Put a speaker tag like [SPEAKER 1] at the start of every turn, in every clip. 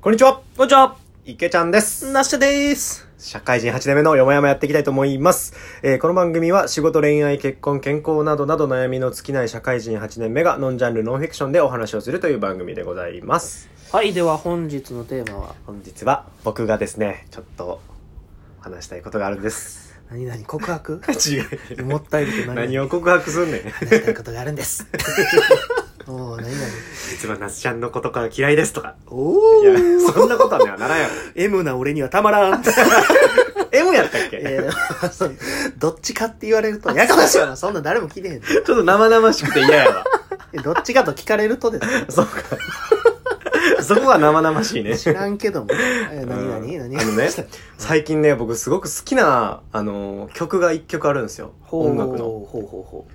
[SPEAKER 1] こんにちは
[SPEAKER 2] こんにちは、
[SPEAKER 1] 池ちゃんです。
[SPEAKER 2] なっしゃです。
[SPEAKER 1] 社会人8年目のよもやまやっていきたいと思います。えーこの番組は仕事、恋愛、結婚、健康などなど悩みの尽きない社会人8年目がノンジャンル、ノンフィクションでお話をするという番組でございます。
[SPEAKER 2] はい、では本日のテーマは、
[SPEAKER 1] 本日は僕がですね、ちょっと話したいことがあるん です。
[SPEAKER 2] 何々告白
[SPEAKER 1] 違う。
[SPEAKER 2] もったいぶく何
[SPEAKER 1] 何
[SPEAKER 2] 々
[SPEAKER 1] を告白すんねん。
[SPEAKER 2] 話したいことがあるん です。おー、何々。
[SPEAKER 1] 実はなつちゃんのことが嫌いですとか。
[SPEAKER 2] お
[SPEAKER 1] いや、そんなことはね、ならんや ろ。
[SPEAKER 2] M な俺にはた まらん。
[SPEAKER 1] M やったっけ、
[SPEAKER 2] どっちかって言われると、やかましいわな、そんなん誰も聞いてへんで。
[SPEAKER 1] ちょっと生々しくて嫌やわ。
[SPEAKER 2] えどっちかと聞かれるとですね
[SPEAKER 1] そうか。 そこは生々しいね。
[SPEAKER 2] 知らんけども。え何
[SPEAKER 1] う
[SPEAKER 2] 々何
[SPEAKER 1] ん
[SPEAKER 2] 々
[SPEAKER 1] あのね、最近ね、僕すごく好きな、あの、曲が一曲あるんですよ。
[SPEAKER 2] ほう
[SPEAKER 1] 音楽の。
[SPEAKER 2] ほうほうほ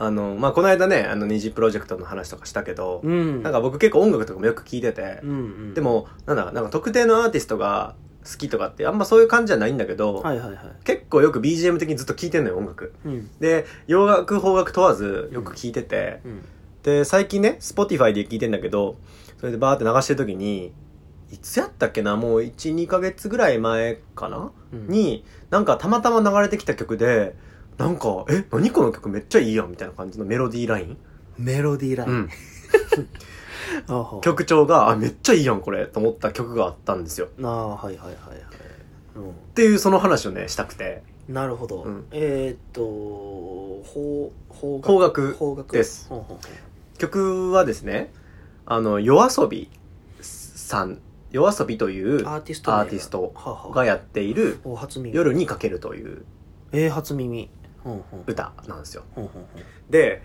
[SPEAKER 1] あの、まあ、この間ね、あの、二次プロジェクトの話とかしたけど
[SPEAKER 2] う。、うん。
[SPEAKER 1] なんか僕結構音楽とかもよく聴いてて
[SPEAKER 2] う、んうん。
[SPEAKER 1] で、も、なんだ、なんか特定のアーティストが好きとかってあんまそういう感じじゃないんだけど、
[SPEAKER 2] はいはいはい。
[SPEAKER 1] 結構よく BGM 的にずっと聴いてんのよ、音楽。
[SPEAKER 2] うん。
[SPEAKER 1] で、洋楽、邦楽問わずよく聴いてて、
[SPEAKER 2] うん。
[SPEAKER 1] で、最近ね、Spotify で聴いてんだけど、それでバーって流してる時に、いつやったっけなもう1、2ヶ月ぐらい前かな
[SPEAKER 2] うん、
[SPEAKER 1] に、なんかたまたま流れてきた曲で、なんか、え、何この曲めっちゃいいやんみたいな感じのメロディーライン、
[SPEAKER 2] メロディーライン。
[SPEAKER 1] うん、
[SPEAKER 2] あは
[SPEAKER 1] 曲調が、あ、めっちゃいいやんこれと思った曲があったんですよ。
[SPEAKER 2] ああはいはいはいはい、
[SPEAKER 1] っていうその話をね、したくて。
[SPEAKER 2] うん、なるほど、
[SPEAKER 1] うん
[SPEAKER 2] えー、っと法法
[SPEAKER 1] 邦楽
[SPEAKER 2] 法学
[SPEAKER 1] です
[SPEAKER 2] ほうほうほ
[SPEAKER 1] 曲はですね、あの、夜遊びさん、夜遊びという
[SPEAKER 2] うアーティスト名
[SPEAKER 1] アーティスト
[SPEAKER 2] はあは
[SPEAKER 1] が
[SPEAKER 2] あ
[SPEAKER 1] やっている
[SPEAKER 2] お初耳
[SPEAKER 1] 夜にかけるという
[SPEAKER 2] えー、初耳ほうほう
[SPEAKER 1] 歌なんですよ。
[SPEAKER 2] ほうほうほ
[SPEAKER 1] で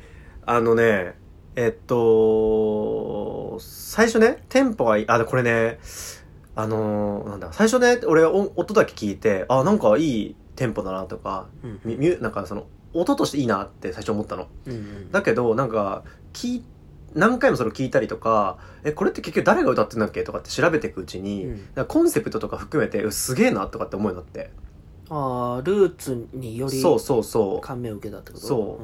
[SPEAKER 1] あのねえっと最初ねテンポがいいあこれねあのーなんだ最初ね俺音音だけ聞いてあなんかいいテンポだなとか
[SPEAKER 2] ううん
[SPEAKER 1] みみゅなんかその音としていいなって最初思ったの
[SPEAKER 2] うんうん
[SPEAKER 1] だけどなんか聞い何回もそれを聞いたりとかえこれって結局誰が歌ってんだっけとかって調べていくうちに、
[SPEAKER 2] うん
[SPEAKER 1] なんかコンセプトとか含めてうすげえなとかって思うようになって
[SPEAKER 2] ああルーツにより
[SPEAKER 1] そうそうそう
[SPEAKER 2] 感銘を受けたってこと
[SPEAKER 1] そう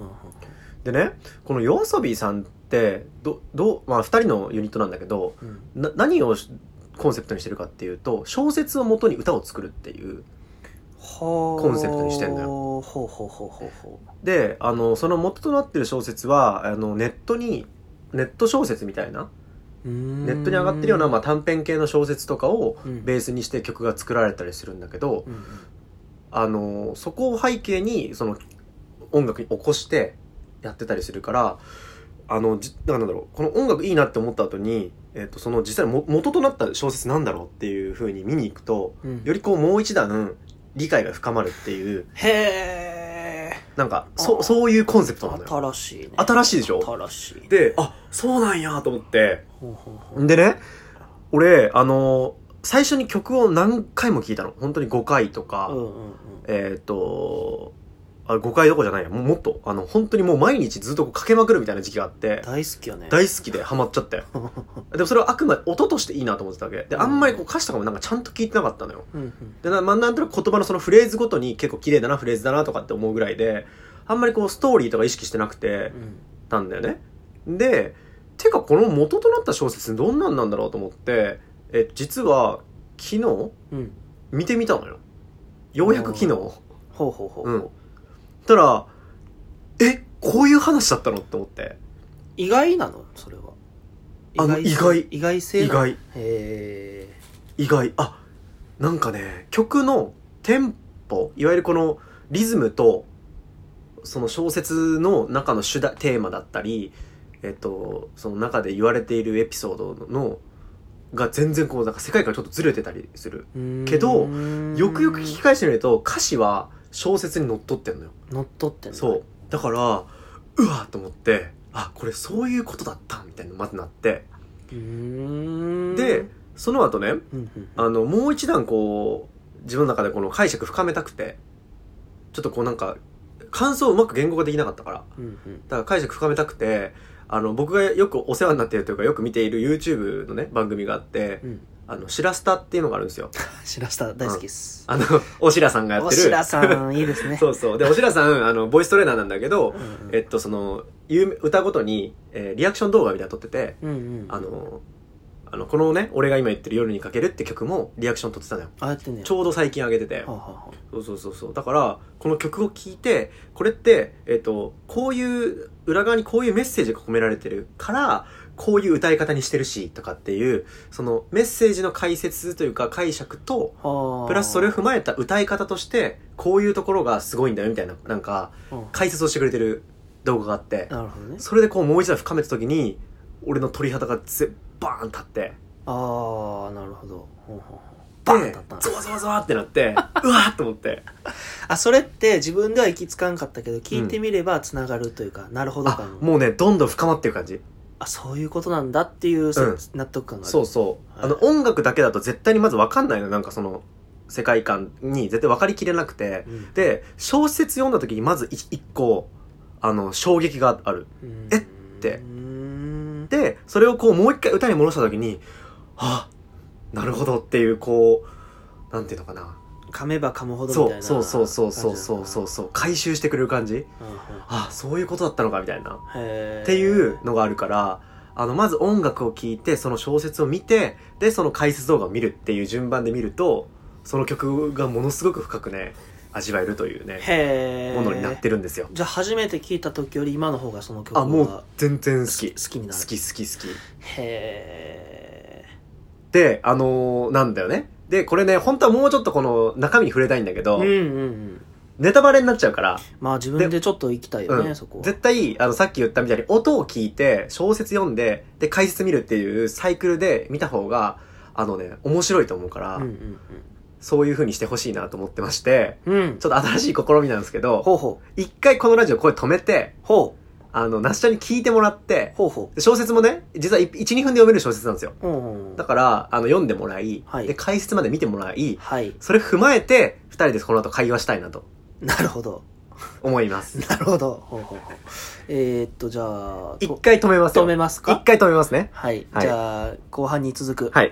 [SPEAKER 1] んで
[SPEAKER 2] ん
[SPEAKER 1] ねこの YOASOBI さんってどどう、まあ、2人のユニットなんだけど
[SPEAKER 2] うん
[SPEAKER 1] な何をしコンセプトにしてるかっていうと小説をもとに歌を作るっていう
[SPEAKER 2] はあ
[SPEAKER 1] コンセプトにしてんだよ
[SPEAKER 2] ほうほうほうほうほ
[SPEAKER 1] であのその元となってる小説はあのネットにネット小説みたいな
[SPEAKER 2] ううーん
[SPEAKER 1] ネットに上がってるような、まあ、短編系の小説とかを
[SPEAKER 2] うん
[SPEAKER 1] ベースにして曲が作られたりするんだけど
[SPEAKER 2] うんうん
[SPEAKER 1] あのそこを背景にその音楽に起こしてやってたりするからあのじなんだろうこの音楽いいなって思った後に、えっとその実際も元となった小説なんだろうっていうふうに見に行くと
[SPEAKER 2] うん
[SPEAKER 1] よりこうもう一段理解が深まるっていう
[SPEAKER 2] へえ
[SPEAKER 1] なんか
[SPEAKER 2] あ
[SPEAKER 1] そ
[SPEAKER 2] ー
[SPEAKER 1] そういうコンセプトなのよ
[SPEAKER 2] 新しいね
[SPEAKER 1] 新しいでしょ
[SPEAKER 2] 新しいね
[SPEAKER 1] であそうなんやと思って
[SPEAKER 2] ほうほうほう
[SPEAKER 1] でね俺あの最初に曲を何回も聴いたの本当に5回とか、
[SPEAKER 2] うんうんうん
[SPEAKER 1] えっ、とあ5回どころじゃないやもうもっとあの本当にもう毎日ずっとこうかけまくるみたいな時期があって
[SPEAKER 2] 大好きよね
[SPEAKER 1] 大好きでハマっちゃ ったよでもそれはあくまで音としていいなと思ってたわけであんまりこう歌詞とかもなんかちゃんと聞いてなかったのよ
[SPEAKER 2] うんうん
[SPEAKER 1] でな,、まあ、なんとなく言葉のそのフレーズごとに結構綺麗だなフレーズだなとかって思うぐらいであんまりこうストーリーとか意識してなくて
[SPEAKER 2] うん
[SPEAKER 1] たんだよねでてかこの元となった小説どんなんなんだろうと思ってえ実は昨日
[SPEAKER 2] うん
[SPEAKER 1] 見てみたのよようやく昨日
[SPEAKER 2] ほうほうほう、
[SPEAKER 1] うんたらえこういう話だったのって思って
[SPEAKER 2] 意外なのそれは
[SPEAKER 1] あの
[SPEAKER 2] 性
[SPEAKER 1] 意外
[SPEAKER 2] 意外性
[SPEAKER 1] 意
[SPEAKER 2] なの
[SPEAKER 1] 外
[SPEAKER 2] へえ
[SPEAKER 1] 意外あなんかね曲のテンポいわゆるこのリズムとその小説の中の主題テーマだったりえっとその中で言われているエピソードのが全然こうなんか世界からちょっとずれてたりするけどよくよく聞き返してみると歌詞は小説にのっとってんのよ
[SPEAKER 2] 乗っ取ってんの
[SPEAKER 1] そうだからうわっと思ってあこれそういうことだったみたいなのまずなって
[SPEAKER 2] うーん
[SPEAKER 1] でその後ね
[SPEAKER 2] うんうん
[SPEAKER 1] あのもう一段こう自分の中でこの解釈深めたくてちょっとこうなんか感想をうまく言語ができなかったから
[SPEAKER 2] うんうん
[SPEAKER 1] だから解釈深めたくてあの僕がよくお世話になっているというかよく見ている YouTube のね番組があって
[SPEAKER 2] うん
[SPEAKER 1] あのシラスタっていうのがあるんですよ
[SPEAKER 2] 白下大好きです
[SPEAKER 1] あのおしらさんがやっ
[SPEAKER 2] お
[SPEAKER 1] てる
[SPEAKER 2] しらさんいいですね
[SPEAKER 1] そうそうでおしらさんあのボイストレーナーなんだけど
[SPEAKER 2] うんうん
[SPEAKER 1] えっと、その、有名歌ごとに、えーリアクション動画みたいなの撮ってて、
[SPEAKER 2] うんうん
[SPEAKER 1] あの、あの、このね、俺が今言ってる夜にかけるって曲もリアクション取ってたのよ。
[SPEAKER 2] あやってんねや
[SPEAKER 1] ちょうど最近上げてて
[SPEAKER 2] は。あはあはあ
[SPEAKER 1] そうそうそうそう。だから、この曲を聴いて、これって、えっ、と、こういう、裏側にこういうメッセージが込められてるから、こういう歌い方にしてるし、とかっていう、そのメッセージの解説というか解釈と、
[SPEAKER 2] はあ
[SPEAKER 1] プラスそれを踏まえた歌い方として、こういうところがすごいんだよ、みたいな、なんか、
[SPEAKER 2] うん
[SPEAKER 1] 解説をしてくれてる動画があって、
[SPEAKER 2] なるほどね
[SPEAKER 1] それでこうもう一段深めた時に、俺の鳥肌がぜバーン立って、
[SPEAKER 2] ああなるほどほうほうほうバ
[SPEAKER 1] バ
[SPEAKER 2] ー
[SPEAKER 1] ーン
[SPEAKER 2] ンってなったん
[SPEAKER 1] ゾワゾワゾワってなって、うわーっと思って。
[SPEAKER 2] あそれって自分では行きつかんかったけど聞いてみればつながるというか、なるほど
[SPEAKER 1] あ
[SPEAKER 2] 感、
[SPEAKER 1] もうね、どんどん深まってる感じ。
[SPEAKER 2] あそういうことなんだっていう、そう
[SPEAKER 1] うん
[SPEAKER 2] 納得感がある
[SPEAKER 1] そうそう。
[SPEAKER 2] はい
[SPEAKER 1] あの、音楽だけだと絶対にまず分かんないの。なんかその、世界観に絶対分かりきれなくて。
[SPEAKER 2] うん、
[SPEAKER 1] で、小説読んだ時にまず一一個、あの、衝撃がある。
[SPEAKER 2] うん
[SPEAKER 1] えって
[SPEAKER 2] うーん
[SPEAKER 1] で、それをこうもう一回歌に戻した時に、あ、なるほどっていう、こう、なんていうのかな。
[SPEAKER 2] 噛めば噛むほどみ
[SPEAKER 1] そ
[SPEAKER 2] たいうな
[SPEAKER 1] そうそうそうそうそうそう
[SPEAKER 2] そ
[SPEAKER 1] そう。回収してくれる感じ。
[SPEAKER 2] うんうん
[SPEAKER 1] あ、そういうことだったのかみたいな。
[SPEAKER 2] へー
[SPEAKER 1] っていうのがあるから、あの、まず音楽を聴いて、その小説を見て、で、その解説動画を見るっていう順番で見ると、その曲がものすごく深くね、味わえるというね、
[SPEAKER 2] へえ
[SPEAKER 1] ものになってるんですよ。
[SPEAKER 2] じゃあ初めて聞いた時より今の方がその曲が
[SPEAKER 1] あ、もう全然好
[SPEAKER 2] 好き
[SPEAKER 1] き。
[SPEAKER 2] 好きに
[SPEAKER 1] 好
[SPEAKER 2] なる
[SPEAKER 1] き好き好き。
[SPEAKER 2] へ
[SPEAKER 1] で、あのーなんだよね。で、これね、本当はもうちょっとこの中身に触れたいんだけ
[SPEAKER 2] えう
[SPEAKER 1] ど
[SPEAKER 2] ん、うんうん
[SPEAKER 1] ネタバレになっちゃうから、
[SPEAKER 2] まあ自分でちょっと行きたいよね
[SPEAKER 1] うん
[SPEAKER 2] そこは
[SPEAKER 1] 絶対、あの、さっき言ったみたいに音を聞いて、小説読んで、で、解説見るっていうサイクルで見た方が、あのね、面白いと思うから、
[SPEAKER 2] うんうん
[SPEAKER 1] そういう風にしてほしいなと思ってまして、
[SPEAKER 2] うんうん
[SPEAKER 1] ちょっと新しい試みなんですけど、
[SPEAKER 2] ほうほう
[SPEAKER 1] 一回このラジオ声止めて、
[SPEAKER 2] ほ
[SPEAKER 1] あの、なっしちゃんに聞いてもらって
[SPEAKER 2] う、ほうほう
[SPEAKER 1] で小説もね、実は1、2分で読める小説なんですよ。
[SPEAKER 2] うん
[SPEAKER 1] だから、あの、読んでもらい、
[SPEAKER 2] はい
[SPEAKER 1] で、解説まで見てもらい、
[SPEAKER 2] はい
[SPEAKER 1] それ踏まえて、二人でこの後会話したいなと
[SPEAKER 2] なるほど
[SPEAKER 1] 思います。
[SPEAKER 2] なるほどほうほうほうえーっとじゃあ
[SPEAKER 1] 一回止めます
[SPEAKER 2] 止
[SPEAKER 1] よ。
[SPEAKER 2] めます
[SPEAKER 1] 一
[SPEAKER 2] か
[SPEAKER 1] 回止めますね。
[SPEAKER 2] はい
[SPEAKER 1] はい
[SPEAKER 2] じゃあ後半に続く
[SPEAKER 1] はい。